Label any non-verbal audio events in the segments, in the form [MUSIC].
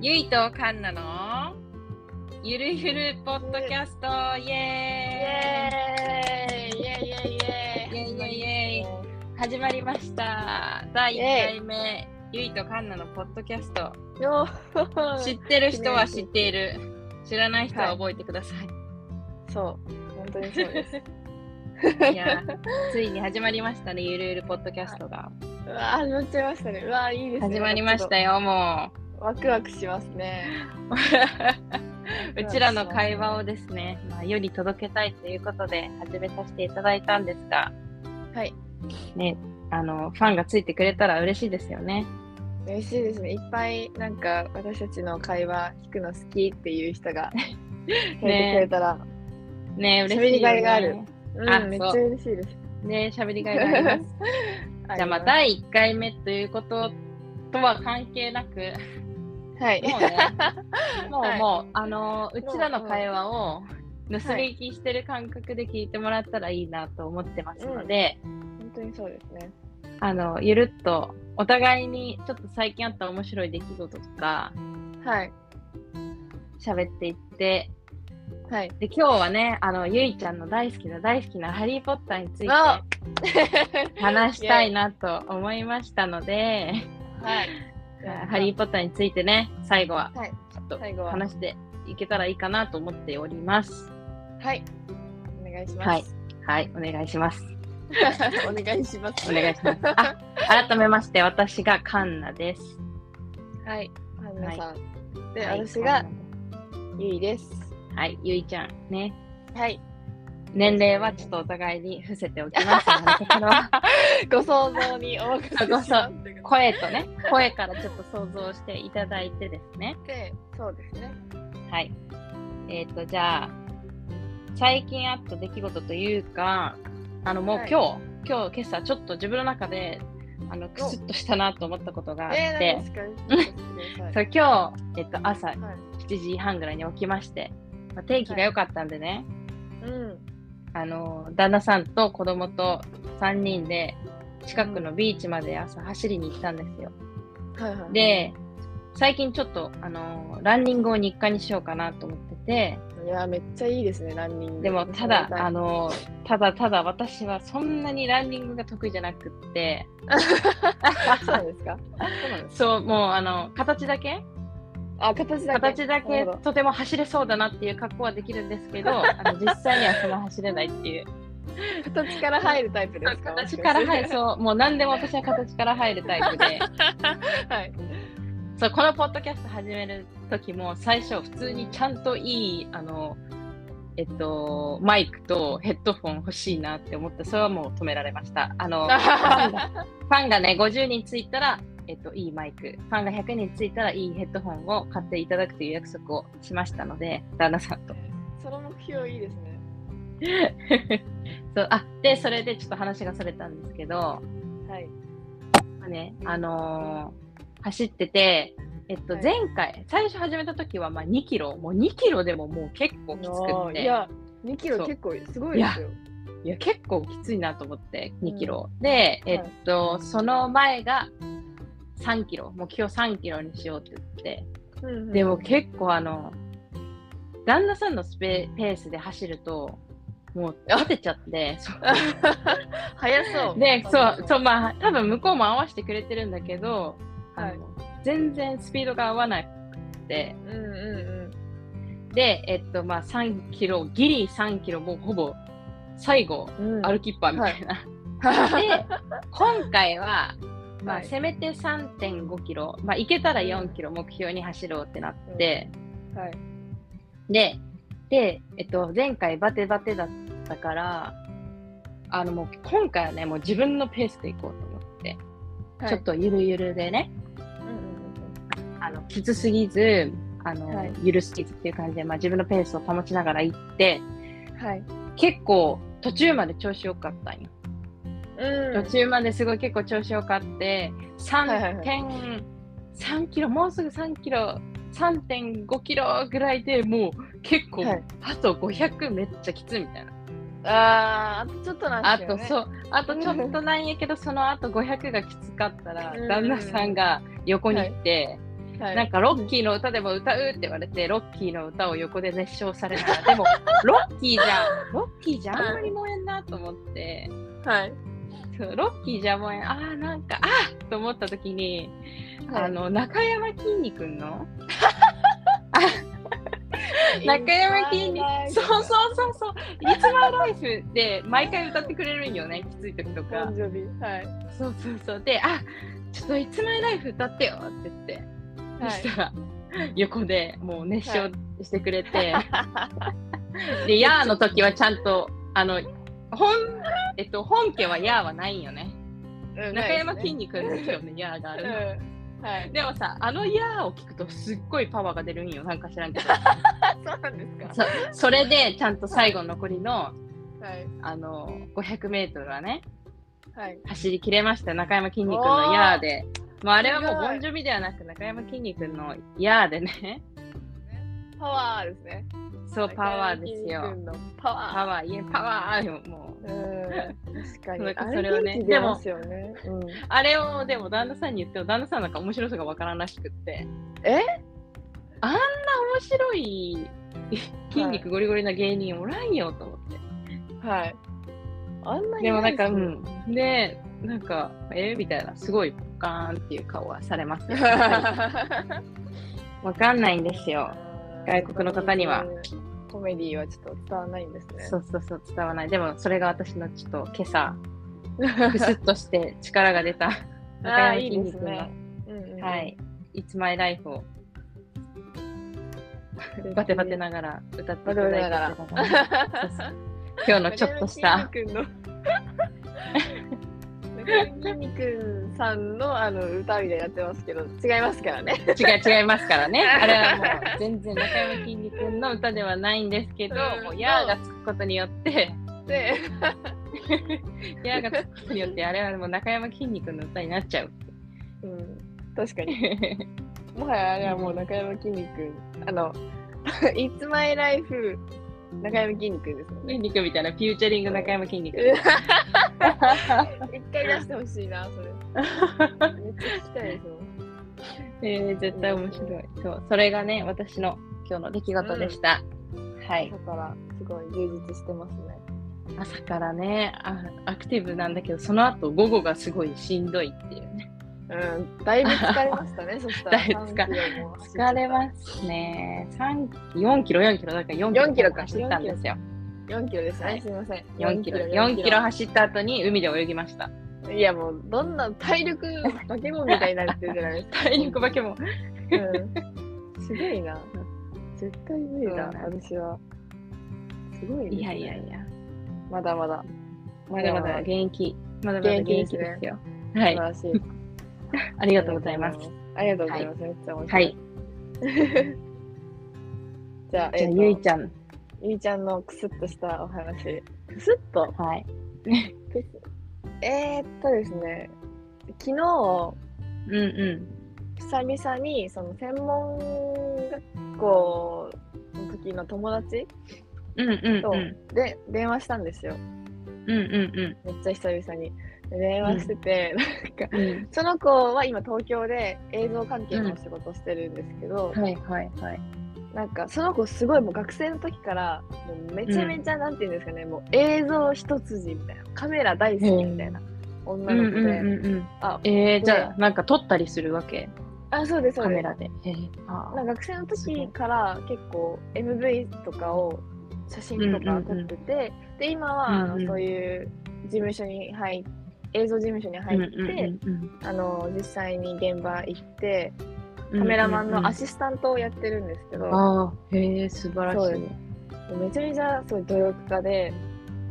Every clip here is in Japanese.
ゆいとかんなのゆるゆるポッドキャストイイエーイイエーイイエーイイエーイイエエーイイエーイイエーイ始まりました第1回目ゆいとかんなのポッドキャストよー知ってる人は知っている知らない人は覚えてくださ [LAUGHS] そう本当にそうですい、い、やーついに始まりましたねゆるゆるポッドキャストがうわー始まっちゃいましたねうわーいいですね始まりましちょたよもっとワクワクしますねううちらの会話をですね、まあ、世に届けたいということで始めさせていただいたんですがはいね、あの、ファンがついてくれたら嬉しいですよね。嬉しいですねいっぱいなんか私たちの会話聞くの好きっていう人が増えてくれたら、ね、嬉しい、ね。喋りがいがある。あうんめっちゃ嬉しいですね、喋りがいが [LAUGHS] あります。じゃあ、まあ、第1回目ということとは関係な [LAUGHS] く、はいもうね、もう、はいもう、あの、うちらの会話を、盗み聞きしてる感覚で聞いてもらったらいいなと思ってますので、本当にそうですねあの、ゆるっと、お互いにちょっと最近あった面白い出来事とか、はい喋っていって、はいで、今日はね、あの、ゆいちゃんの大好きな大好きなハリー・ポッターについて、あ話したいなと思いましたので、はいハリー・ポッターについてね、最後ははいちょっと最後は話していけたらいいかなと思っております。はいお願いしますはいはい、お願いします。 [LAUGHS] お願いします。お願いし [LAUGHS] ます。あ、改めまして、私がカンナです。はい、ハンナさん。で、はい私がカンナでゆいです。すはい、ゆいちゃんね。はい、年齢はちょっとお互いに伏せておきますが。 [LAUGHS] 今のところはご想像にお任せしますご想声とね、声からちょっと想像していただいてですね。で、そうですね。はい。えっ、と、じゃあ、最近あった出来事というか、あの、もうはい今日、今日、今朝、ちょっと自分の中で、あの、くすっとしたなと思ったことがあっえー、て何、ですか聞いてくださ [LAUGHS] そい。う、今日、えっ、と、朝はい7時半ぐらいに起きまして、まあ、天気が良かったんでね、うん、あの、旦那さんと子供と3人で、近くのビーチまで朝走りに行ったんですよ。はいはい。、で、最近ちょっと、あの、ランニングを日課にしようかなと思ってて、いや、めっちゃいいですね、ランニング。でもただあの、のただただ私はそんなにランニングが得意じゃなくってそうなんですか。そう [LAUGHS] なんです。そうもうあの形だけあ、形だけ。形だなけるほどとても走れそうだなっていう格好はできるんですけ [LAUGHS] どあの実際にはそんな走れないっていう形から入るタイプですか。形から入るう。そうもう何でも私は形から入るタイプではい。 [LAUGHS] そうこのポッドキャスト始める時も最初普通にちゃんといいあのえっと、マイクとヘッドフォン欲しいなって思ってそれはもう止められました。あのファンがね、50人ついたら、えっと、いいマイク、ファンが100人ついたら、いいヘッドホンを買っていただくという約束をしましたので、旦那さんと。 [LAUGHS] その目標いいですね。そうあで、それでちょっと話がそれたんですけど、はい。まあね、あのー走ってて、えっと、はい前回、最初始めた時はまあ2キロ、もう2キロでももう結構きつくって、いや、2キそロう結構すごいですよ。いや結構きついなと思って、2キロ。で、えっと、その前が3キロ、目標3キロにしようって言って、うんうんでも結構あの、旦那さんのスペペースで走ると、もう立てちゃって、 [LAUGHS] そう早そう。で、そう、そう、まあ、多分向こうも合わせてくれてるんだけど、はあいの全然スピードが合わなくて、うんうんで、えっと、まあ、3キロ、ギリ3キロ、もうほぼ、最後、うん。うん、歩きっぱみたいな。で、今回は、まあ、せめて3.5キロ、まあ、行けたら4キロ目標に走ろうってなって、はい。で、で、えっと、前回バテバテだったから、あのもう今回はね、もう自分のペースで行こうと思って、はいちょっとゆるゆるでね、うんうんあの、きつすぎず、あの、はいゆるすぎずっていう感じで、まあ自分のペースを保ちながら行って、うんはい。結構途中まで調子良かったんよ。う途中まですごい結構調子良かって、はいはい3はい点、3キロ、もうすぐ3キロ、3.5キロぐらいでもう結構、はいあと500めっちゃきつみたいな。あーあとちょっとなんあですよ、とね。。そううあとちょっとなんやけどその後500がきつかったらうん旦那さんが横に行って、はいなんかロッキーの歌でも歌うって言われて、ロッキーの歌を横で熱唱されたら、で [LAUGHS] も、ロッキーじゃん、ロッキーじゃん、あんまり燃えんなと思って、はい。そうロッキーじゃ燃えん、ああ、なんか、ああと思った時に、ああの、の、中山きんに君の、中中山山ききんんにに、そそううそそうう。そうそう、It's My Life で毎回歌ってくれるんよね、きつい時とか。生日。はい。そうそうそう、で、あちょっと It's My Life 歌ってよって言って。そ [LAUGHS] はいし。たら、横でもう熱は唱してくれて、で、ヤーの時はちゃんと、あの、本、えっと、本家はヤーはないんよね。中中山山ききんんに君の今日のヤーがあるの。 [LAUGHS] はい。でもさ、あのヤーを聞くとすっごいパワーが出るんよ、なんか知らんけど。 [LAUGHS] そうなんですそそれで、ちゃんと最後の残りの、はい。あの、500メートルはね、はい。走り切れました、中山きんに君のヤーで。もうあれはもうすごいボンジョビではなく、中山きんに君のヤーでね、パワーですね。そう、パワーですよ。。パワー。パワー、いえ、パワーよ、もう。うん確かなに。んかあそれをね元気出ますよね。うんあれを、でも、旦那さんに言っても、旦那さんなんか面白さがわからんらしくって。えあんな面白い筋肉ゴリゴリな芸人おらんよと思って。はい。あんなにでも、なんか、うないですね。ん。で、なんか、えみたいな、すごい、ガーンっていう顔はされます [LAUGHS] よ。わかんないんですよ。外国の方には。コメディはちょっと伝わらないんですね。、そうそうそう、伝わない。でも、それが私のちょっと、今朝、くすっとして力が出た中ああ山ー、い筋いで肉すの、ね。うんうんは。い、It's My Life をバテバテながら歌っていただいてたのが今日のちょっと [LAUGHS] した、中山きんに君の。中山きんに君さんのあの歌みたいになってますけど違いますからね。違う違いますから [LAUGHS] ね。あれはもう全然中山きんに君の歌ではないんですけど、うんもうヤーがつくことによって、 [LAUGHS] で、ヤーがつくことによって、あれはもう中山きんに君の歌になっちゃう。 [LAUGHS] うん、確かに。もはやあれはもう中山きんに君。あの、It's My Life 中山きんに君ですもんきねん。に君みたいなフューチャリング中山きんに君。一回出してほしいな、それ。めっちゃ聞きたいですもん。 [LAUGHS] えー絶対面白い。そう、それがね、私の今日の出来事でした。はい。だから、すごい充実してますね。朝からねあアクティブなんだけどその後午後がすごいしんどいっていうねうん、だいぶ疲れましたね、そした [LAUGHS] ら。だいぶ疲れ疲れますね3 4キロ4キロだから4キロ4キロか走ったんですよ4キロですね、はいすみません。 4キロ4キロ走った後に海で泳ぎましたいや、もう、どんな体力化け物みたいになってるじゃないですか。体力化けも [LAUGHS] うんすごいな。絶対無理だ、そうなん私は。すごいですねいやいやいやまだまだ。まだまだ現役まだまだ現役ですよは素晴いらしい。ありがとうございます。ありがとうございます。めっちゃ面は白い。いじじゃゃあ、あえっとゆいちゃんゆいちゃんのクスッとしたお話。クスッとはいクスえー、っとですね、昨日、うんう久々にその専門学校の時の友達んうんうんとうんで電話したんですよ。うんうんめっちゃ久々に。で電話してて、なんか、うん [LAUGHS] その子は今東京で映像関係のお仕事をしてるんですけど、はいはいはいなんかその子すごいもう学生の時からもうめちゃめちゃなんていうんですかね、もう映像一筋みたいなカメラ大好きみたいな女の子で、うんうんあえー、じゃあなんか撮ったりするわけあそうですそうカでメすラで。えーあなんか学生の時から結構 MV とかを写真とか撮ってて、で今はあの、うんうんそういう事務所に入っ映像事務所にー入って、あの実際に現場行ってカメラマンのア。シスタントをやってるんですけど、うんうんうんああ、へえ、素晴らそうしでいす。めちゃめちゃそう努力家で、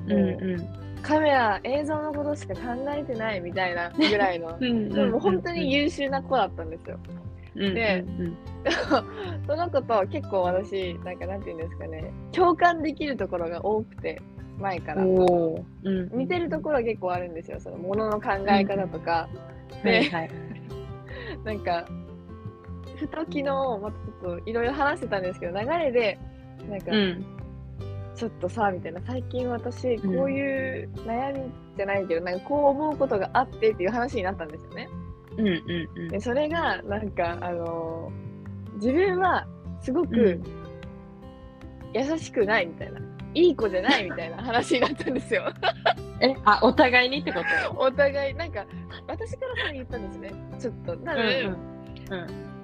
うんう。カメラ映像のことしか考えてないみたいなぐらいの [LAUGHS] ん。でも本当に優秀な子だったんですよ。言でその子と結構私、なんかなんて言うんですかね、共感できるところが多くて、前から。おお。うん似てるところ結構あるんですよそのものの考え方とか、はでいはい。なんかふと昨日またちょっといろいろ話してたんですけど流れでなんか、うんちょっとさみたいな最近私こういう悩みじゃないけど、なんかこう思うことがあってっていう話になったんですよね。うんうんうんでそれがなんかあのー自分はすごうくん優しくないみたいな、いい子じゃないみたいな話になったんですよ [LAUGHS] えあお互いにってことお互いなんか私からそう言ったんですねちょっと多分、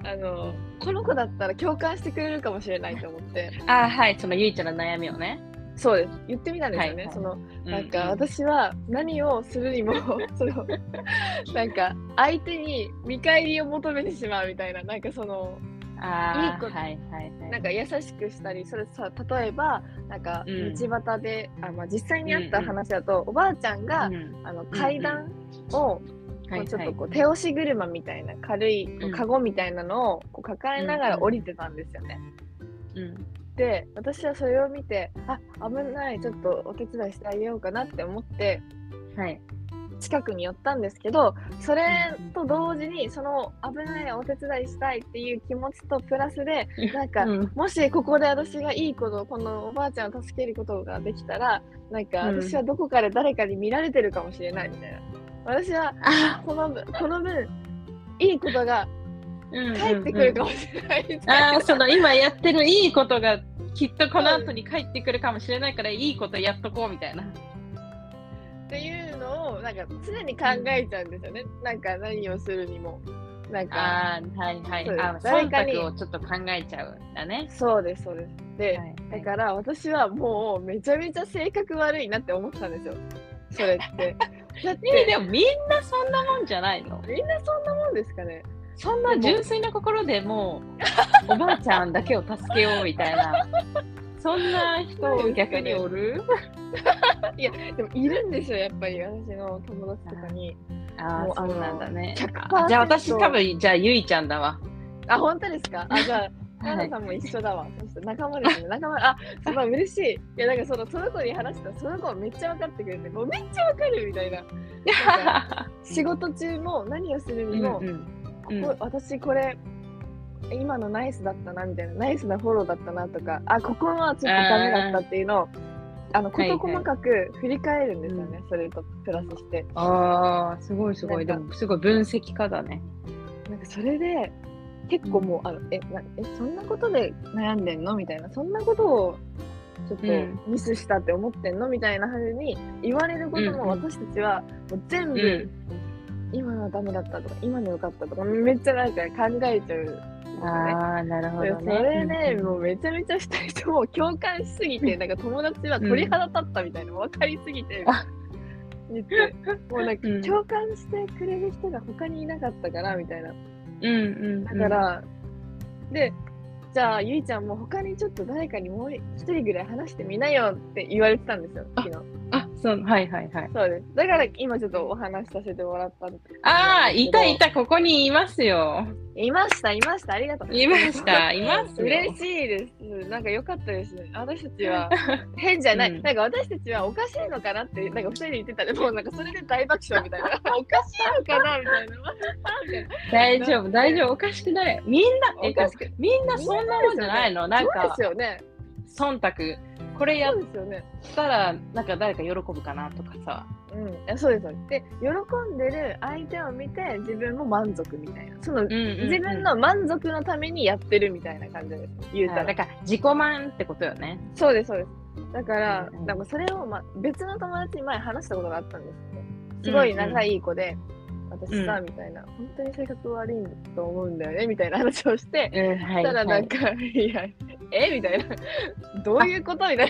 あのこの子だったら共感してくれるかもしれないと思ってうん、あはいそのゆいちゃんの悩みをね、そうです言ってみたんですよはね、いはいそのうなんか私は何をするにもそのなんか相手に見返りを求めてしまうみたいななんかそのあーいいことはいはいはいなんか優しくしたりそれさ例えばなんかうん道端で、あまあ、実際にあっうたんうん話だと、おばあちゃんが、うんあの階段を、はこいうちょっはといこう手押し車みたいな軽いこううんカゴみたいなのをこう抱えながら降りてたんですよね。うんで私はそれを見てあ危ないちょっとお手伝いしてあげようかなって思ってはい近くに寄ったんですけどそれと同時にその危ないお手伝いしたいっていう気持ちとプラスでなんか、 [LAUGHS] うんもしここで私がいいことこのおばあちゃんを助けることができたらなんかうん私はどこかで誰かに見られてるかもしれないみたいな私はあこの分この分いいことがうん返ってくるかもしれないみたいな、ああその今やってるいいことがきっとこの後に帰ってくるかもしれないからいいことやっとこうみたいな。っていうのをなんか常に考えちゃうんですよねなんか何をするにもなんかああはいはい。そうですあー誰忖かに度をちょっと考えちゃうんだね。そうですそうですで、はいだから私はもうめちゃめちゃ性格悪いなって思ったんですよそれって [LAUGHS] だっえーてでもみんなそんなもんじゃないのみんなそんなもんですかねそんな純粋な心でも [LAUGHS] うおばあちゃんだけを助けようみたいなそんな人逆におるでもいるんですよやっぱり私の友達とかにあもうあそうなんだね100%じゃあ私多分じゃあゆいちゃんだわあ本当ですかあじゃあ [LAUGHS] はい奈々さんも一緒だわ、そして仲間ですね仲間あすごい嬉しいいやなんかそのその子に話したらその子めっちゃ分かってくれてもうめっちゃ分かるみたいななん仕事中も何をするにも、うんうんここ私これ今のナイスだったなみたいなナイスなフォローだったなとかあここはちょっとダメだったっていうのをあのはいは事い細かく振り返るんですよね、それとプラスしてああすごいすごいでなんかもすごい分析家だねなんかそれで結構もう、あのえなえそんなことで悩んでんのみたいなそんなことをちょっうんとミスしたって思ってんのみたいな風に言われることもうんうん私たちはもう全部、今のはダメだったとか今の良かったとかめっちゃなんか考えちゃうんですよね。ああなるほでどそねれね、うんもうめちゃめちゃ2人とも共感しす [LAUGHS] ぎて、なんか友達は鳥肌立ったみたいな、分かりすぎてあ、言って、もうなんかうん共感してくれる人が他にいなかったからみたいな。うんうんだから、で、じゃあ、ゆいちゃんも他にちょっと誰かにもう一人ぐらい話してみなよって言われてたんですよ、昨日。あそうはいはいはいそうです。だから今ちょっとお話しさせてもらったんですけどああいたいたここにいますよいました、いました、ありがとう。いまし。た [LAUGHS] いますよ [LAUGHS] 嬉しいです。なんか良かったですね。私たち [LAUGHS] は変じゃない、うんなんか私たちはおかしいのかなって、なんか二人で言ってたでもうなんかそれで大爆笑みたいな。 [LAUGHS] おかしいのかなみたいな。大丈夫大丈夫おかしくないみんなえおかしく。みんなそんなもんじゃないのなん [LAUGHS] そうでかすよね。忖度これやっそうですよね。たらなんか誰か喜ぶかなとかさうんいや、そうですそうです。で、喜んでる相手を見て、自分も満足みたいな。その、自自分の満足のためにやってるみたいな感じです。言うたら。だから自己満ってことよねそうですそうですだから、うんうんなんかそれを、ま、別の友達に前話したことがあったんですけどすごい仲いい子で、私さ、うみたいな本当に性格悪いと思うんだよねみたいな話をして、うんはただいなはんいか、 [LAUGHS] い、やえみたいなどういうことみたいな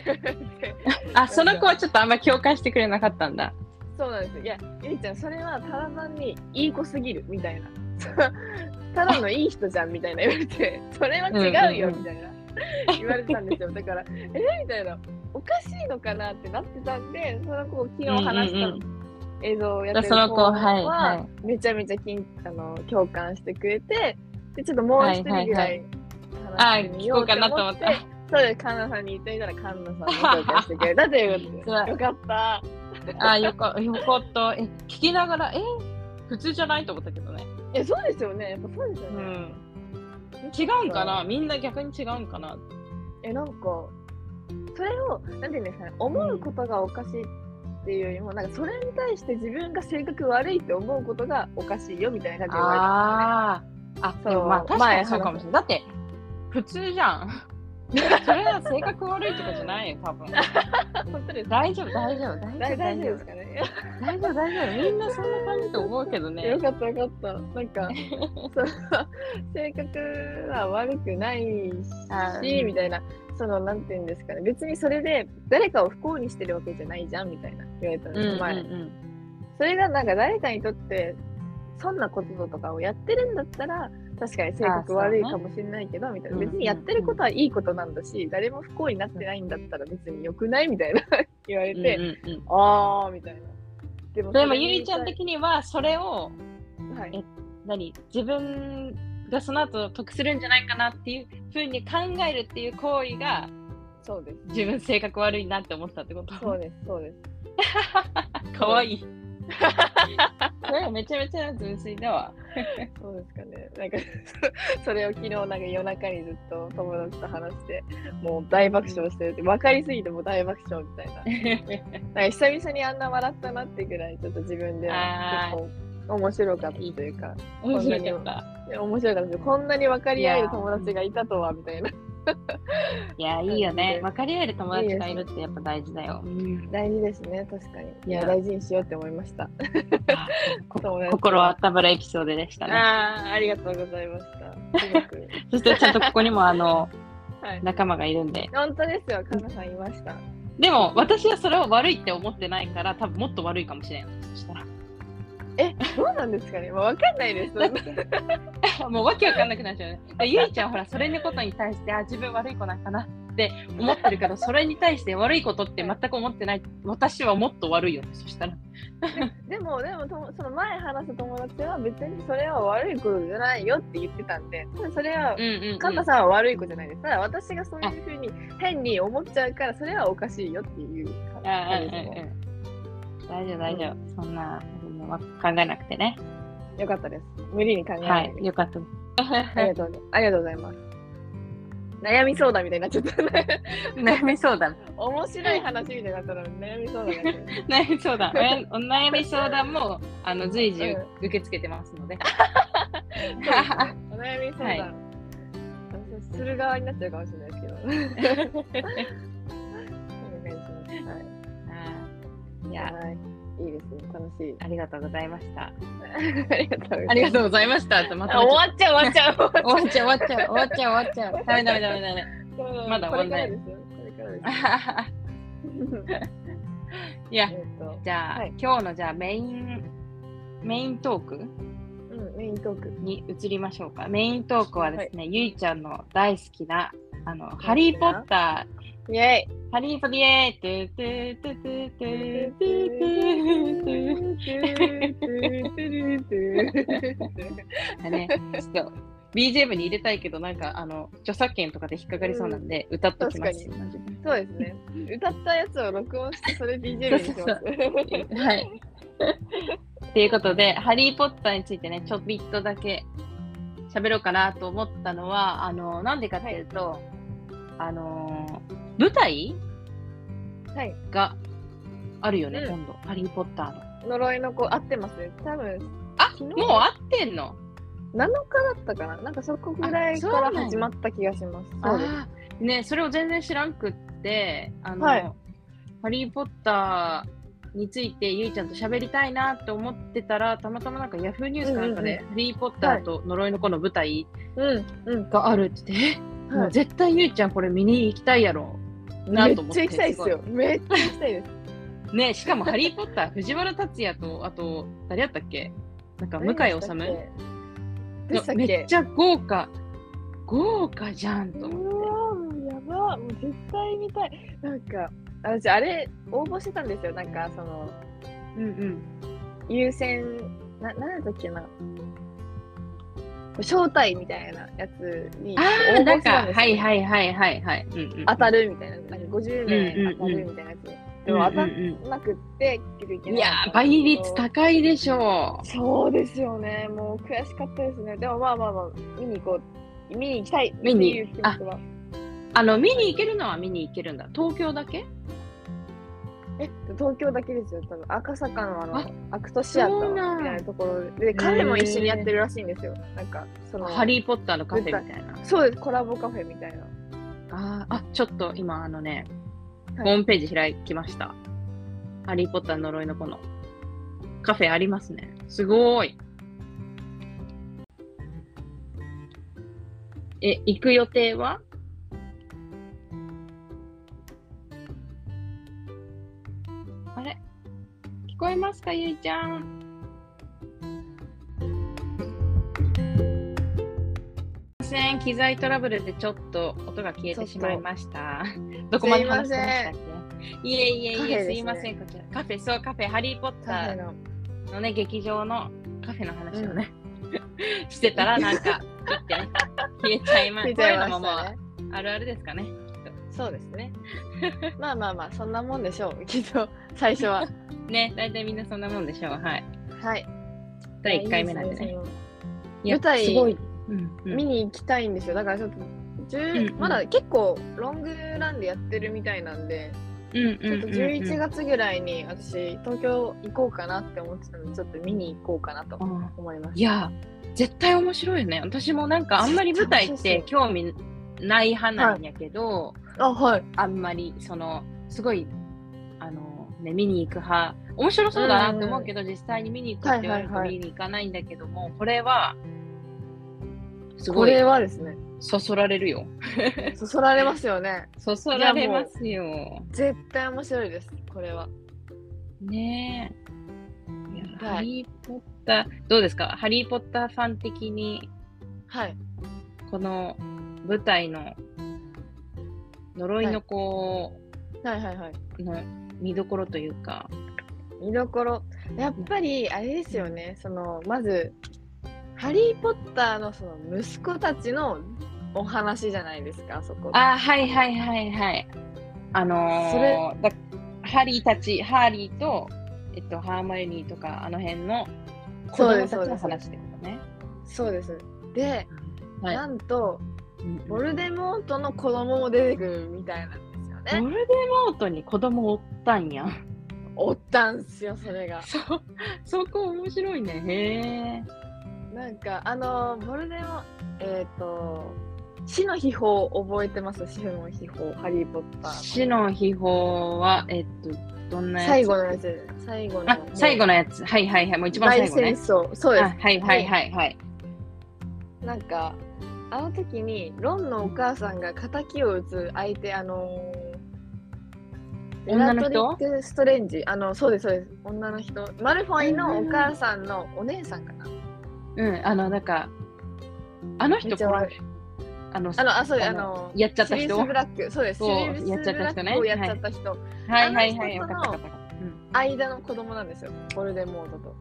あその子はちょっとあんま共感してくれなかったんだそうなんですよいやゆりちゃんそれはただ単にいい子すぎるみたいな [LAUGHS] ただのいい人じゃんみたいな言われて [LAUGHS] それは違うようんうんうんみたいな言われたんですよだから [LAUGHS] えみたいなおかしいのかなってなってたんでその子を昨日話したのうんうんうん映像をやってるその子子は、はいはめちゃめちゃきんあの共感してくれてでちょっともう一人ぐらはいいはいはいあー話してみ聞よこううかなと思っってたそうですカンナさんに言ってみたらカンナさんも共感してくれたとい [LAUGHS] うことでよかったあよかよかったえ聞きながらえ普通じゃないと思ったけどね、いやそうですよねやっぱそうですようね、ん、違うんかなみんな逆に違うんかなえなんかそれをなんていうんですかね思うことがおかしいっっていうよりもなんかそれに対して自分が性格悪いって思うことがおかしいよみたいな感じで言われたあーあ、そうそう、まあ確か前にそうかもしれない。だって、普通じゃん。それは性格悪いとかじゃないよ、多分。本当ですか大丈夫、大丈夫、大大大丈丈夫夫で、すかね大丈夫、大丈夫。みんなそんな感じと思うけどね [LAUGHS] よ。かったよかった。な [LAUGHS] んか、その性格は悪くないあし、うんみたいな、その、なんていうんですかね、別にそれで誰かを不幸にしてるわけじゃないじゃん、みたいな言われたんうでんす、うん前。それがなんか誰かにとって、そんなこととかをやってるんだったら、確かに性あそ格うね悪いかもしれないけど、みたいな。別にやってることはいいことなんだし、誰も不幸になってないんだったら別に良くないみたいな言われうん。て、うんうんうんあー、みたいな。でもでそも、れにゆりちゃん的には、それを、はいえ何、自分がその後得するんじゃないかなっていうふうに考えるっていう行為が、そうです。自分性格悪いなって思ったってことそうです、そうです。かわ [LAUGHS] いい。それめちゃめちゃ純粋だ [LAUGHS] わ。そうですかね。なんか [LAUGHS] それを昨日なんか夜中にずっと友達と話して、もう大爆笑してるって分かりすぎてもう大爆笑みたいな。なんか久々にあんな笑ったなってぐらいちょっと自分ではあー結構面白かったというか、面白かった。いや面白かったですこんなに分かり合えいるやー友達がいたとはみたいな。いや、いいよね。分かり合える友達がいるってやっぱ大事だよ。うん大事ですね、確かに。いや、いや大事にしようって思いま [LAUGHS] した。友達心温まるエピソードでしたね。あーありがとうございました。すごく。そしてちゃんとここにもあの [LAUGHS] はい、仲間がいるんで。本当ですよ、かなさんいました。でも私はそれを悪いって思ってないから、多分もっと悪いかもしれない。そしたら。え、どうなんですかね、まあ、わかんないです。 [LAUGHS] [LAUGHS] もうわけわかんなくなっちゃうね。でゆいちゃんほら、それのことに対して、あ、自分悪い子なんかなって思ってるけど、それに対して悪いことって全く思ってない。私はもっと悪いよね。そしたら。でも、でもとも、その前話す友達は別にそれは悪いことじゃないよって言ってたんで、多分それはう、んうんうん、カンナさんは悪い子じゃないです。ただ私がそういうふうに変に思っちゃうから、それはおかしいよっていう感あじうんですうんね。うん大丈夫大丈夫、そんなそんな考えなくてねよかったです。無理に考はえないいで。よかったですありがとうございます。ありがとうございます。悩み相談みたいになっちゃった [LAUGHS] ね。悩み相談面白い話みたいになったら悩み相談になっちゃった悩み [LAUGHS] 相談おお悩み相談もあの随時うん受け付けてますのでお悩み相談、は私する側になっちゃうかもしれないですけど。 [LAUGHS] お願いします。はいはいいいやはい、いいですね。楽しい。ありがとうございました [LAUGHS] ありがとうございます。ありがとうございましたまたあ終わっちゃう、終わっちゃう。終わっちゃ終うわっちゃう終わっちゃう終わっちゃう終わっちゃうダメダメダメダメまだこ終われかんならいですよ。これからです。いやえっと、じゃあ、はい今日のじゃあメインメイントークうん、メイントーク。に移りましょうか。メイントークはですね、ゆいちゃんの大好きな、あの、ハリー・ポッター、イェイ。ハリー・ポディエー、トゥトゥトゥトゥトゥトゥトゥトゥだね、ちょっと BGM に入れたいけど、なんか、あの、著作権とかで引っかかりそうなんで、歌っときます。そうですね。歌ったやつを録音して、それ BGM にします。はい。ということで、ハリー・ポッターについてね、ちょびっとだけ喋ろうかなと思ったのは、あの、なんでかっていうと、あの、舞台はい。があるよね、うん今度、ハリー・ポッターの。呪いの子、合ってますね。多分、あ昨も日う合ってんの7日だったかななんかそこぐらいから始まった気がします。そうです。あーね、それを全然知らんくって、あの、はいハリー・ポッターについてゆいちゃんと喋りたいなと思ってたら、たまたまなんかヤフーニュースかなんかで、うんハリー・ポッターと呪いの子の舞台うん、うん。があるって言って、えもはうい絶対ゆいちゃんこれ見に行きたいやろ。なと思ってめっちゃ行きたいですよ。めっちゃ行きたいです。ね、しかもハリー・ポッター、藤原竜也と、あと、誰やったっけなんか向井何治でしたっけめでっしたっけちゃ豪華豪華じゃんと思うってわーもうやばもう絶対見たい。なんか、私、あれ、応募してたんですよ。なんか、その、うんうん優先、な、なんだっけな。招待みたいなやつに応あ募あなしてんたんかですよ。はいはいはいはいはい、うんうん、当たるみたいな。なんか50名当たるみたいなやつに。でも当たうんうんらなくって、結局いけうんいなやかっーたんですけど倍率高いでしょそうですよね。もう悔しかったですね。でもまあまあまあ、見に行こう。見に行きたい。見にっていう気持ちは。うあの見に行けるのは見に行けるんだ東京だけえ東京だけですよ多分赤坂のあのアクトシアタそーうみなんたいなところででカフェも一緒にやってるらしいんですよなんかそのハリー・ポッターのカフェみたいな。そうですコラボカフェみたいあなーあ、ちょっと今、あのね、はいホームページ開きました。ハリー・ポッターの呪いの子のカフェありますね。すごーい。え、行く予定はあれ聞こえますか、ゆいちゃん。すいません機材トラブルでちょっと音が消えてしまいました。どこまで話してましたっけいえいえカフいェえ、ですすねいません、こちら。カフェ、そう、カフェ、ハリー・ポッカフェタのーのね、劇場のカフェの話をね、してたら、なんか、切ってね、 [LAUGHS] 消えちゃいま聞しいた。ちゃこういういまのしももたねうあるあるですかね。そうですね [LAUGHS] まあまあまあそんなもんでしょうきっと [LAUGHS] 最初はね、大体みんなそんなもんでしょう。はい。はい第1回目なんでね。いや舞台すごい。うんうん見に行きたいんですよだからちょっとうん10うんまだ結構ロングランでやってるみたいなんで、うんうんうんうんちょっと11月ぐらいに私東京行こうかなって思ってたのでちょっと見に行こうかなとあー思いますいや、絶対面白いよね。私もなんかあんまり舞台っ絶対て面興味ない派なんやけど、あはいあんまりそのすごいあの、ね、見に行く派面白そうだなって思うけど、実際に見に行くって言われるとはいはいはい見に行かないんだけども、これはすこごいれはです [LAUGHS] ねそそられるよそそられますよねそそられますよ絶対面白いですこれはねえいや見たいハリー・ポッターどうですかハリー・ポッターファン的にはいこの舞台の呪いの子はいはいはいの見どころというか、見どころやっぱりあれですよねそのまず「ハリー・ポッター」のその息子たちのお話じゃないですかあそこあーはいはいはいはい。あそのー、だハリーたち、ハーリーと、えっと、ハーマイオニーとか、あの辺の子そう供でたちすのそうで話ってことね。そうですで、はいなんとうんボルデモートの子供も出てくるみたいなんですよねボルデモートに子供おったんや。おったんすよそれがそ、 [LAUGHS] そこ面白いね。なんかあのボルデモえっ、と死の秘宝覚えてます死の秘宝ハリー・ポッタへえ。ー死の秘宝は、えっと、どんなやつ最後のやつ最後のあ、最後ののやつ。はいはいはい。もう一番大最後戦ね。争そうですあはいはいはいはい。なんかあの時にロンのお母さんが敵を打つ相手あのー女のベ人ラトリック・ストレンジあのそうですそうです女の人マルフォイのお母さんのお姉さんかなうん、あの、なんか、あのめ人っちゃ悪殺しあの、あのあそうですああののやっちゃったシリー人ズブラックそうですシそうリーズブラックをややっちゃっちゃっった人、はいはいはい、あよのかっ人たよかったよかった。うん、間の子供なんですよボルデモートと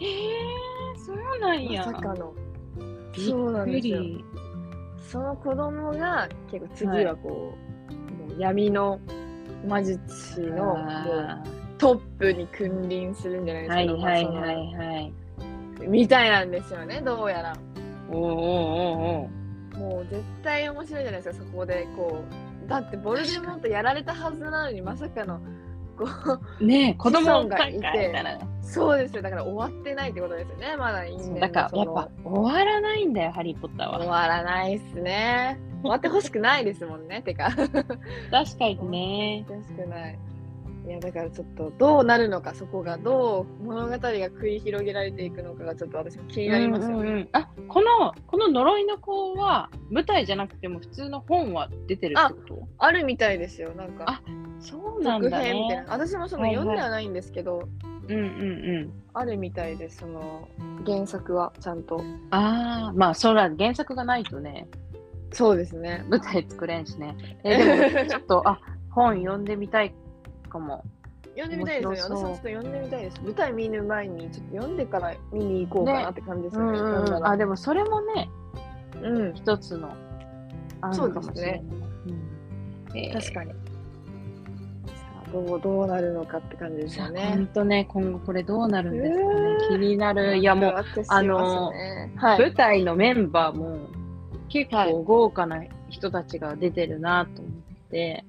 えー、そうなんや。まさかのびっくりそうなんですよその子供が結構次はこう、もう闇の魔術師のもうあトップに君臨するんじゃなーいですはかいはいまあはいはい。そのみたいなんですよねどうやらおーおーおーおもう絶対面白いじゃないですかそこでこうだってボルデモートやられたはずなのにまさかのこうー。ねえ、子供がいて考えたらねそうですよだから終わってないってことですよねまだ因縁そうのだからそやのっぱ終わらないんだよ、ハリー・ポッター終は。わらないっすね終わってほしくないですもんねてか終わって確かにね。ほしくないいやだからちょっとどうなるのかそこがどう物語が繰り広げられていくのかがちょっと私も気になりますうよね、んうんうんあこのこの呪いの子は舞台じゃなくても普通の本は出てるってことあるみたいですよなんかあそうなん続だ編みたいなね。私もそのはいはい読んではないんですけど、うんうんうん。あるみたいですその原作はちゃんとああ、まあ、そら原作がないとね、そうですね舞台作れんしね。えー [LAUGHS] でも、ちょっと、あ、本読んでみたいかも。読んでみたいですよ面ね白私そうもちょっと読んでみたいです舞台見る前にちょっと読んでから見に行こうかなって感じですよね読んだらあ、でも、それもね、うん一つの案かもしれない。うんえー確かにさあどうどうなるのかって感じですさよあ、ね本当ね、今後これどうなるんですかねね。気になる。いや、もう、うあのはい舞台のメンバーも、結は構豪華な人たちが出てるなと思って、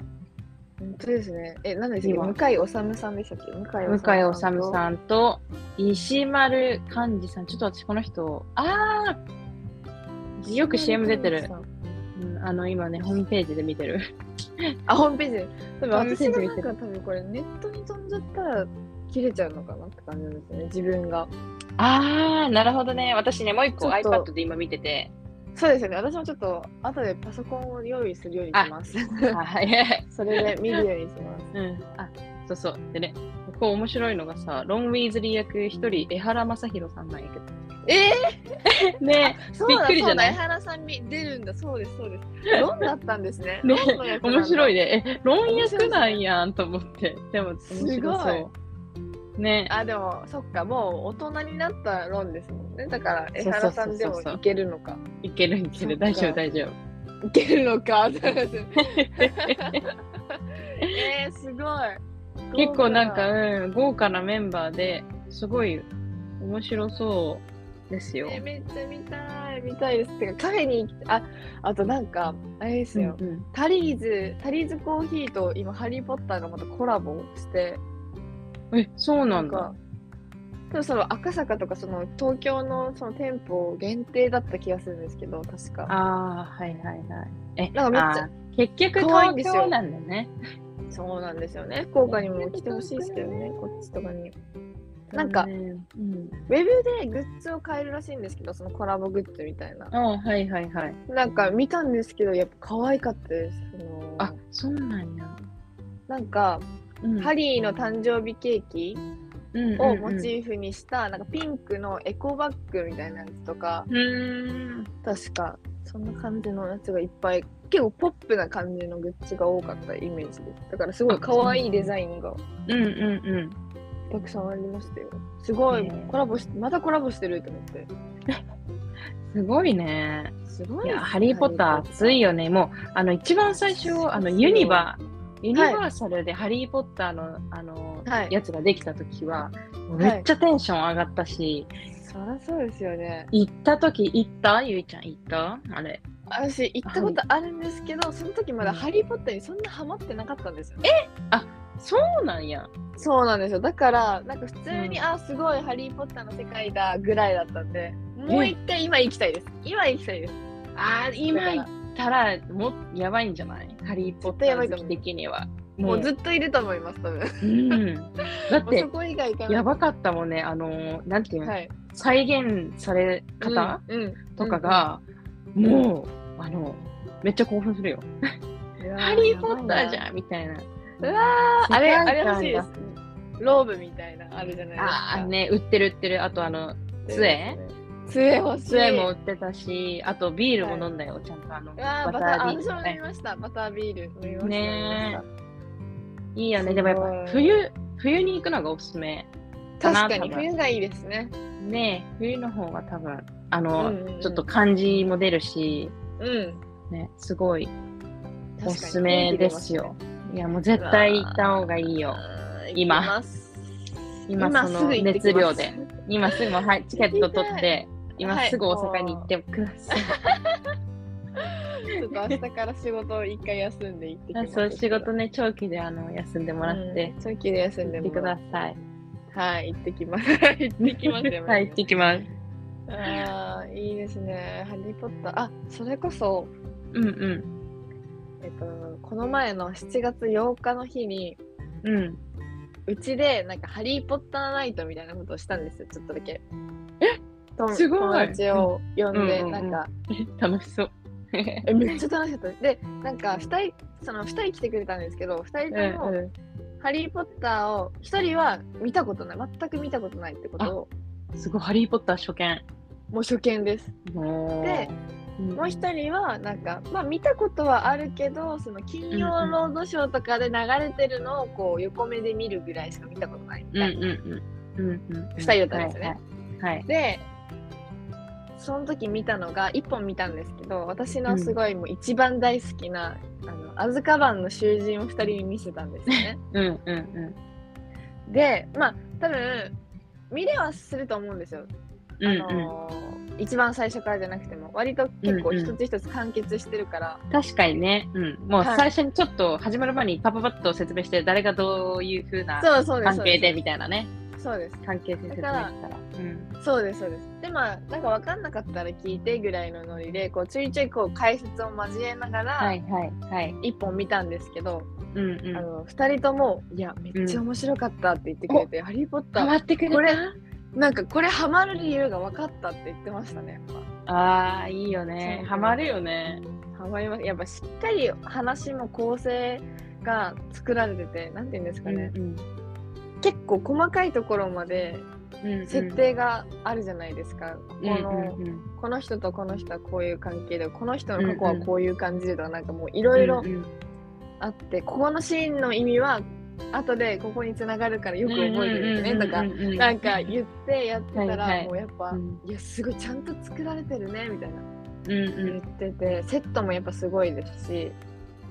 本当ですね。え、なんです今か向井治さんでしたっけ向井向井治さんと石丸幹二さん、ちょっと私この人、ああよく CM 出てる。。うんあの、今ね、ホームページで見てる。あ、ホームページで。多分ホームページ私が見なてんるか多分これネットに飛んじゃったら切れちゃうのかなって感じなんですよね。自分が。ああなるほどね。私ね、もう一個ちょっと iPad で今見てて。そうですよね。私もちょっと後でパソコンを用意するようにします。はい。 [LAUGHS] [LAUGHS] それで見るようにします。うん。あ、そうそう。でね、ここ面白いのがさ、ロン・ウィーズリー役一人、江原正宏さんなんやけえ [LAUGHS] ど。ねー、そうびっだくりじそゃうだな江い原さんに出るんだそうですそうです。ロンだったんですね。 [LAUGHS] ねロンの役なんだ面白い。ね。え、論役なんやんと思って。でも、面白そう。ね。あでもそっかもう大人になったロンですもんね。だから江そうそうそうそう原さんでもいけるのか。いけるいけそっる。か大丈夫、大丈夫。いける [LAUGHS] のか。そうですえー、すごい。結構なんか、豪うん、豪華なメンバーですごい面白そうですよ華、。えーめっちゃ見たい見たいです。てかカフェに行きああとなんかあれですよ。うんうんタリーズタリーズコーヒーと今ハリー・ポッターがまたコラボして。え、そうなんだ。か多分その赤坂とかその東京のその店舗限定だった気がするんですけど確あかあ、はいはいはい。え、なんかめっちゃあー結局可愛いん東ですよ京なんだね。そうなんですよね福岡にも来てほしいですけどねこっちとかになんかうん。ウェブでグッズを買えるらしいんですけどそのコラボグッズみたいなああ、はいはいはい。なんか見たんですけどやっぱ可愛かったですそのあ、そうなんや。なんか、うんハリーの誕生日ケーキうんうんをモチーフにしたなんかピンクのエコバッグみたいなやつとかうん。うーん。確かそんな感じのやつがいっぱい結構ポップな感じのグッズが多かったイメージですだからすごい可愛いデザインがうんうんうん。たくさんありましたよすごい、ねえコラボしてまたコラボしてると思ってすごいね。すごいいや、ですねハリー・ポッター熱いよね。もう、あの、一番最初、あの、そうそうユニバユニバーサルでハリー・ポッターの、あの、はいやつができた時は、いめっちゃテンション上がったし、そりゃそうですよね行った時行ったゆいちゃん行ったあれ。私行ったことあるんですけどその時まだハリー・ポッターにそんなハマってなかったんですよえそうなんや。そうなんですよだからなんか普通に、うあすごいハリー・ポッターの世界だぐらいだったんでもうね一回今行きたいです今行きたいですあー、今だ行かったら、もうやばいんじゃないハリー・ポッター好き的には。もうずっっといると思います多分と。うん。だっもうて、そこ以外行かないやばかったもんね。あの、なんていうの、はい、再現され方、うんうんとかが、もう、あの、めっちゃ興奮するよ。ハリー・ポッターじんゃんみたいな。うわーあれ世界観あがれ欲しいですローブみたいなあるじゃないですかああ、ね、売ってる売ってる。あと、あの、杖杖欲しい杖も売ってたし、あとビールも飲んだよ、ちゃんとあの、うわーババタターービール私も飲みましたバタービール飲みましたねいいよね。ですごいもやっぱ冬、冬に行くのがおすすめ。確かかなに冬がいいですねね冬の方が多分、あの、うんうんうんちょっと感じも出るし、うんね、すごい確かにおすすめですよ。いや、もう絶対行った方がいいよ。今今今その熱量で。今すぐもう、はい、チケット取って、今はいすぐ大阪に行ってください。ちょっと明日から仕事を一回休んで行ってきまあ [LAUGHS] すそう、仕事ね、長期であの休んでもらって、長期で休行んでってもくらだってさい。はい行ってきます [LAUGHS] 行ってきますよはい、行ってきます。ああ、いいですね。ハリー・ポッター。あ、それこそ、うんうん。えっと、この前の7月8日の日に、うん。うちで、なんか、ハリー・ポッターナイトみたいなことをしたんですよ、ちょっとだけ。えすごい友達を呼うんで、んうんうんなんか、楽し [LAUGHS] そう。え、めっちゃ楽しかった。で、なんか、二人、その、二人来てくれたんですけど、二人うんとも、うんハリー・ポッターを、一人は見たことない、全く見たことないってことを、すごい、ハリー・ポッター初見。もう初見です。もうで、うんもう一人はなんか、まあ、見たことはあるけどその金曜ロードショーとかで流れてるのをこう横目で見るぐらいしか見たことないみうんたういんうな、ん。うんうん。二人だったんですよねはい。はい。でその時見たのが1本見たんですけど私のすごいもう一番大好きな「あのアズカバンの囚人」を2人に見せたんですよ [LAUGHS] ね。うんうんでまあ多分見れはすると思うんですよ。うん。うんあのー一番最初からじゃなくても割と結構うんうん一つ一つ完結してるから、確かにね、うん、もうはい最初にちょっと始まる前にパパパッと説明して、誰がどういう風なそうそうです関そう係ででみたいなね、すそうです関係性説明したら。うんそうですそうですでまあなんか分かんなかったら聞いてぐらいのノリでこうちょいちょいこう解説を交えながはらいはいはい。一本見たんですけど、うんうあん。の2人とも「いやめっちゃ面白かった」って言ってくれて「ハリー・ポッタハマーってくれ」たこれなんかこれハマる理由が分かったって言ってましたねやっぱ。ああ、いいよそね。うハマるよね。ハマりますやっぱしっかり話も構成が作られててなんて言うんですかね、うん結構細かいところまでうん設定があるじゃないですか、うんこの、うんうんうんこの人とこの人はこういう関係でこの人の過去はこういう感じでとかなんかもういろいろうんうんあって、ここのシーンの意味は後でここに繋がるからよく覚えてるよねとか、うんうんうんうんなんか言ってやってたら、はいはいもうやっぱ、うんいやすごいちゃんと作られてるねみたいなうんう言んっててセットもやっぱすごいですし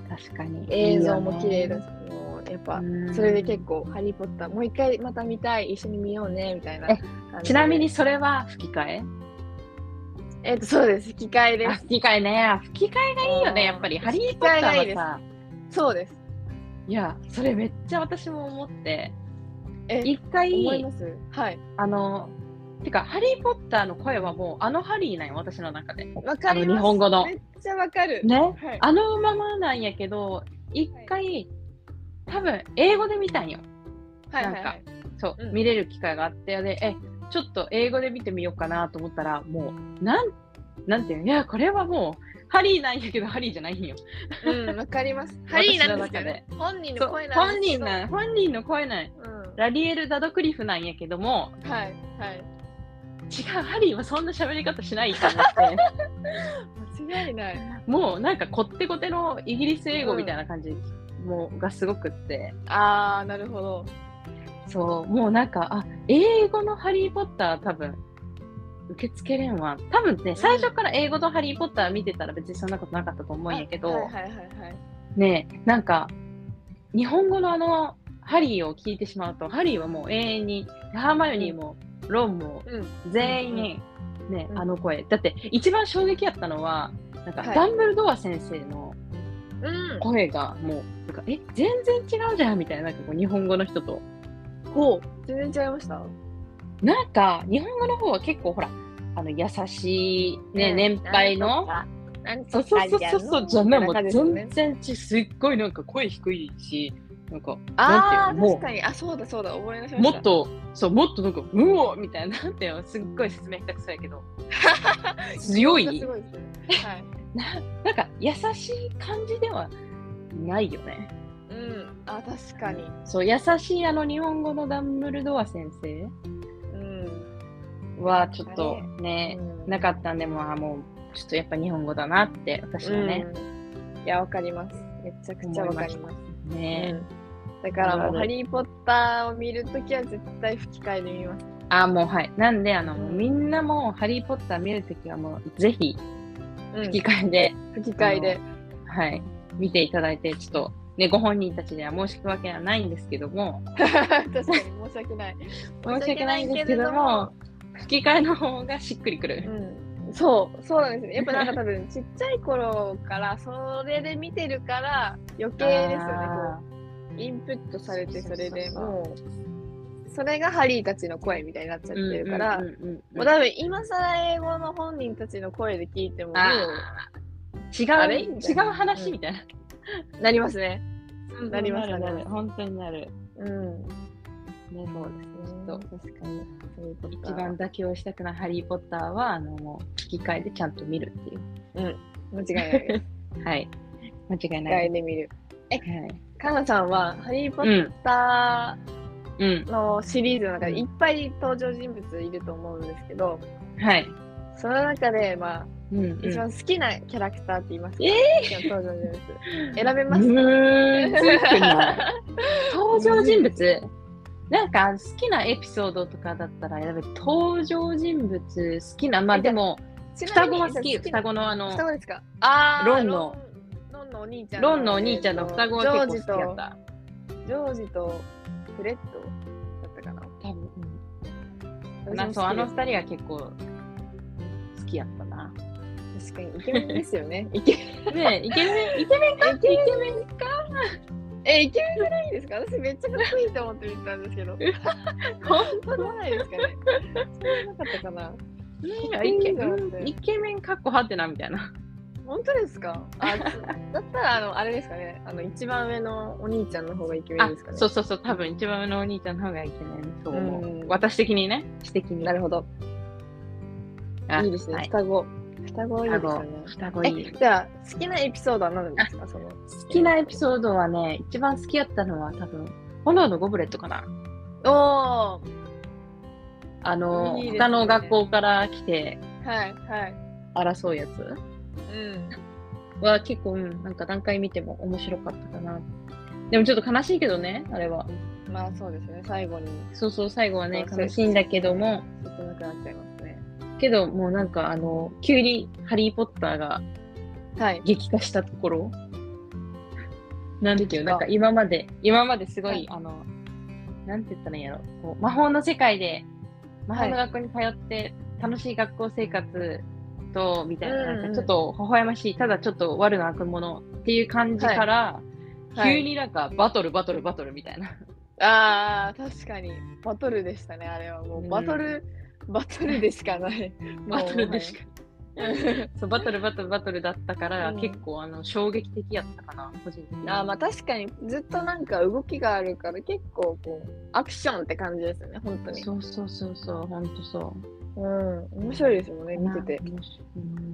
確かに映像も綺麗だしもうやっぱそれで結構「ハリー・ポッター」もう一回また見たい一緒に見ようねみたいなえ感じでちなみにそれは吹き替ええっとそうです吹き替えであす吹き替えねあ吹き替えがいいよねやっぱりうんハリー・ポッタ吹き替えがいいーではすさそうですいやそれめっちゃ私も思ってえ一思い回ますはいあのてかハリー・ポッターの声はもうあのハリーなんよ私の中でわかりますあの日本語のめっちゃわかる、ねはい、あのままなんやけど一回多分英語で見たんよはいなはんいかはいそう、うん見れる機会があってでえちょっと英語で見てみようかなと思ったらもうなんなんていうのいやこれはもうハリーなんやけどハリーじゃないんよ。うんわかり [LAUGHS] ますハリーなんですけどね本人そのう声なん本ですけ人どなん本人の声なんうんラリエル・ダドクリフなんやけどもはいはい違うハリーはそんな喋り方しないと思って [LAUGHS] 間違いないもうなんかこってこてのイギリス英語みたいな感じ、もうがすごくってあーなるほどそうもうなんかあ英語の「ハリー・ポッター」多分受け付けれんわ多分ね最初から英語の「ハリー・ポッター」見てたら別にそんなことなかったと思うんやけど、はいはいはいはいねえなんか日本語のあのハリーを聞いてしまうとハリーはもう永遠にハーマヨニーもロンもうん全員、ねうんあの声だって一番衝撃やったのはなんか、はいダンブルドア先生のうん声がもうなんかえ全然違うじゃんみたいななんかこう日本語の人とほう全然違いましたなんか日本語の方は結構ほらあの優しい、ねうん年配のなんそとうそうかそうそうそうじゃないもうなんかですよね全然ちすっごいなんか声低いしなんかあなあんていうのもう確かにあそうだそうだ覚えなしまもしたっと、そう、もっとなんか、うおみたいな、なんていうのすっごい説明下手くそやけ [LAUGHS] ど、強いすごいですねはいな、なんか優しい感じではないよね。うんあ確かにそう、優しいあの日本語のダンブルドア先生うんはちょっとうね、んなかったんで、まあもう、ちょっとやっぱ日本語だなって、私はね、うんいやわかりますめちゃくちゃわかりますね、うんだからもう「ハリー・ポッター」を見るときは絶対吹き替えで見ます。あ、もうはい。なんで、あの、うんみんなもう、ハリー・ポッター見るときはもう、ぜひ、うん吹き替えで、吹き替えで。はい、見ていただいて、ちょっと、ね、ご本人たちには申し訳はないんですけども、 [LAUGHS] 確かに申し訳ない。申し訳ないんですけども、吹き替えの方がしっくりくうる。ん、そうそうなんですね。やっぱなんか多分ちっちゃい頃からそれで見てるから余計ですよねあこう。インプットされてそそうそうそうれでそうもうそれがハリーたちの声みたいになっちゃっーてるから、うんうんうんうんもう多分今更英語の本人たちの声で聞いてももあーあ違れう、みた違いなう話みたいな。うなりますね。なりますなるななりる。ます本当になる。うん。ね、そうですね。ちょっと確かに。一番妥協したくないハリー・ポッターは、あの、もう、吹き替えでちゃんと見るっていう。間違いないです。はい。間違い機ない。はい。械で見 [LAUGHS] る。かなさんは、ハリー・ポうッん。タうんー。のシリーズの中でいっぱい登場人物いると思うんですけど、はい。その中で、まあ、うんうん。一番好きなキャラクターって言いますか、え好きな登場人物。選べますかむずくない登場人物なんか好きなエピソードとかだったらやべ登場人物好きなまあでもちな双み子には好き双子のあの双子ですかあーロンの。ロンのお兄ちゃん。ロンのお兄ちゃんの双子は結構ジョー好きやっジと、たジョージとフレッドだったかな。多分、うん私も好きなそうあのです二人が結構好きやったな。確かにイケメンですよね。イケメン。ねえ、イケメン、 [LAUGHS] イケメンかイケメンかえ、イケメンじゃないんですか私めっちゃかっこいいと思って見てたんです [LAUGHS] けど。本本当じゃないですかね。そうなかったかな。当にかっこイいケいなってうんイケメンかっこはってなみたいな。本当ですかあだったら、あの、あれですかね。あの、一番上のお兄ちゃんの方がイケメンあですかね。そうそうそう、多分一番上のお兄ちゃんの方がイケメンと思う。うん私的にね、私的に。なるほど。あいいですね。はい双子。双子いいですよね。双子いいえ、。じゃあ、好きなエピソードは何ですかその。好きなエピソードはね、一番好きやったのは多分、炎のゴブレットかな。おーあの、いいですね他の学校から来てはい、はい。争うやつうん。は結構、うん、なんか何回見ても面白かったかな。でもちょっと悲しいけどね、あれは。まあそうですね。最後に、そうそう、最後はね、そう悲しいんだけども、切なくなっちゃいますね。けどもうなんかあの、急にハリー・ポッターがはい。激化したところなんていう激化なんか今まで今まですごい、はいあのなんて言ったらいいんやろこう魔法の世界で魔法の学校に通って楽しい学校生活とみたいな,、うんうんなんかちょっと微笑ましいただちょっと悪の悪者っていう感じから、はい急になんかバトルバトルバトルみたいなああ、確かに。バトルでしたね、あれは。もう、バトル、バトルでし [LAUGHS] かない。バトルでしかもう。はい [LAUGHS] そうバトルバトルバトルだったから、うん結構あの衝撃的やったかな個人的にあーまあ確かにずっとなんか動きがあるから結構こうアクションって感じですよね本当にそうそうそうそうほんとそううん面白いですもんね見てて面白い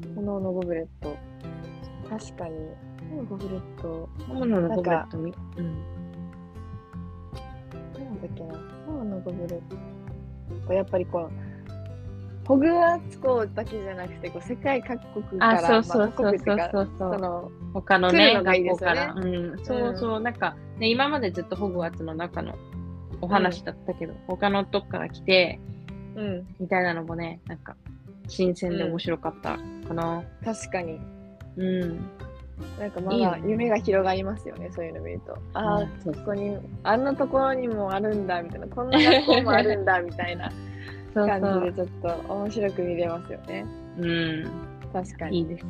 うん炎のゴブレット確かに炎のゴブレット炎のゴブレットみ、なんだっけな、炎のゴブレット。やっぱりこう、ホグワーツ校だけじゃなくて、こう世界各国かあ、ら、そうそうまそあう各国ってそいうかそうそ。そうの、他の来るね、のがいい学校ですよかねら。うん、そうそう、なんか、ね、今までずっとホグワーツの中のお話だったけど、他のとこから来て、うん、みたいなのもね、なんか、新鮮で面白かったかな。確かに。うん。なんかまいいよだね夢が広がりますよね、そういうの見ると。ああ、そうここに、あんなところにもあるんだ、みたいな、こんな学校もあるんだ、みたいなそうそ感じう。で、ちょっと面白く見れますよね。うん。確かに。いいいですよ。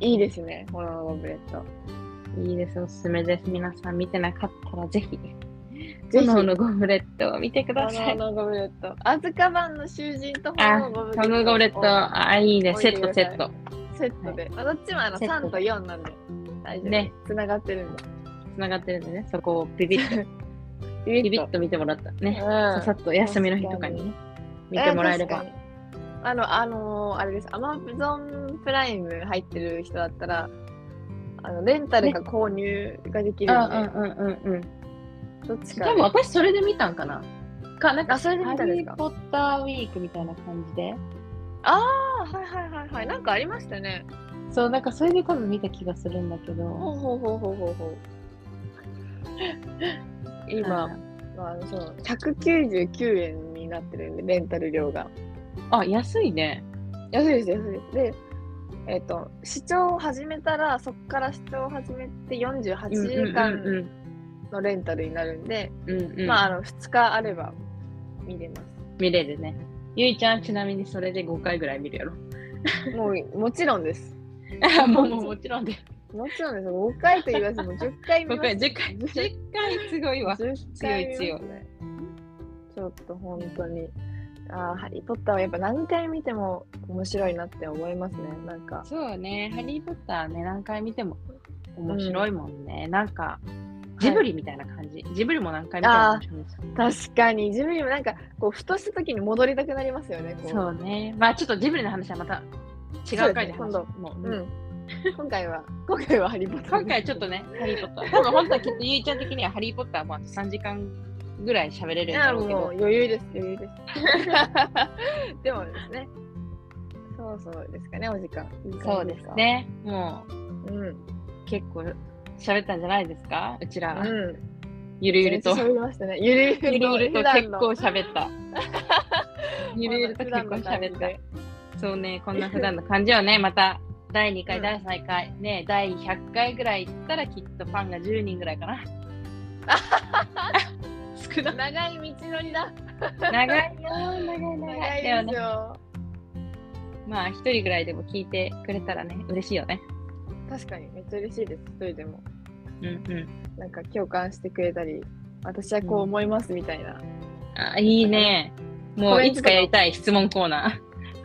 いですね、炎のゴブレット。いいです。おすすめです。皆さん見てなかったら、ぜひ、ぜひ、炎のゴブレットを見てくださ炎い。のゴブレット。アズカバンの囚人と炎あ、のゴブレット。ゴムゴブレット、あ、いいね。置セいてットくだセさいット。セットで、まあ、どっちもあのセット3と4なんで大丈夫ねつながってるんでつながってるんでね、そこをビビッと、[LAUGHS] ビビビッと見てもらったね。ささっと休みの日とかにね、見見てもらえれば。あのあのーあれですアマゾンプライム入ってる人だったらあのレンタルか購入ができるんで、うんうんうんうん。どっちか多分私それで見たんかな。か、なんか、あそれで見たんですかハリー・ポッターウィークみたいな感じで。あはいはいはいはいなんかありましたねそう、なんかそれで多分見た気がするんだけほど。うほうほうほうほうほう今、まあ、あのそう199円になってるんでレンタル料があ、安いね。安いです安いですでえっ、と視聴を始めたらそこから視聴を始めて48時うん間のレンタルになるんで、うんうんうん。ままああ、あの2日あれば見れます見れるね。ゆいちゃん、ちなみにそれで5回ぐらい見るやろ。もうもちろんです [LAUGHS] もう、もうもちろんで。もちろんです5回と言わずもう10回 [LAUGHS] 見5ます回、10回。10回すごいわ。 10回見ますね強い強いちょっと本当にあーハリー・ポッターはやっぱ何回見ても面白いなって思いますねなんかそうね、ハリー・ポッターね、何回見ても面白いもんね。なんか、ジブリみたいな感じ。ジブリも何回見ても面白いですよね確かに自分にもなんかこうふとした時に戻りたくなりますよねこうそうね。まあちょっとジブリの話はまた違う回でそ話うですね今し度もう、うん。今回は、今回はハリーポッター。今回ちょっとね、ハリー・ポッター。多分本当はきっとゆいちゃん的にはハリー・ポッターもあと3時間ぐらい喋れいるんだや、ろうけもどう。余裕です、余裕です。 [LAUGHS] でもですね、そうそうですかね、お時間。いい感じそうです。ね。もううん。結構喋ったんじゃないですかうちら、うん。ゆるゆると。喋りましたね。ゆるゆゆるるゆのると普結段の構喋った。 [LAUGHS] ゆるゆると結構喋った。そうね、こんな普段の感じをね、また第2回、うん第3回、ね、第100回ぐらい行ったらきっとファンが10人ぐらいかな。少な長い道のりだ。長いよ、長い長い。長いでもですね、よ。まあ、一人ぐらいでも聞いてくれたらね、嬉しいよね。確かにめっちゃ嬉しいです一人でもうんうなんか共感してくれたり私はこう思いますみたいな、ん。あ、いいね。もこう、れいつかやりたい質問コーナ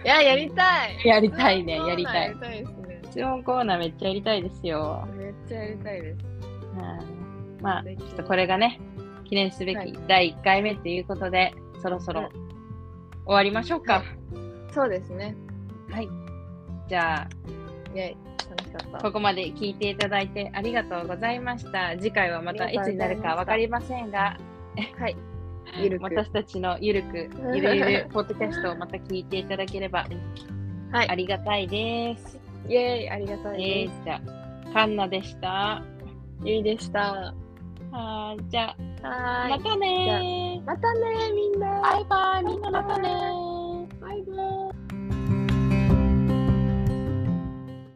いややりたいー。やりたいね、そうな [LAUGHS] んやりたやいり。たいですね質問コーナーめっちゃやりたいですよ。めっちゃやりたいですうんまあ、ぜちひょっとこれがね、記念すべはいき第1回目ということで、そろそろ終わりましょうか。そうですねはい。じゃあ、イェイ楽しかったここまで聞いていただいてありがとうございました。次回はまたありいがつとうになございましたるかわかりませんが、はいゆるく私たちのゆる [LAUGHS] く、ゆるゆるポッドキャストをまた聞いていただければはあいりがたいです。イェイありがたいえでー、じゃあ、カンナでした。すゆいでしたはーい、じゃあ、はーまいたねー。またねみんなバイバイ、みんなまたねー。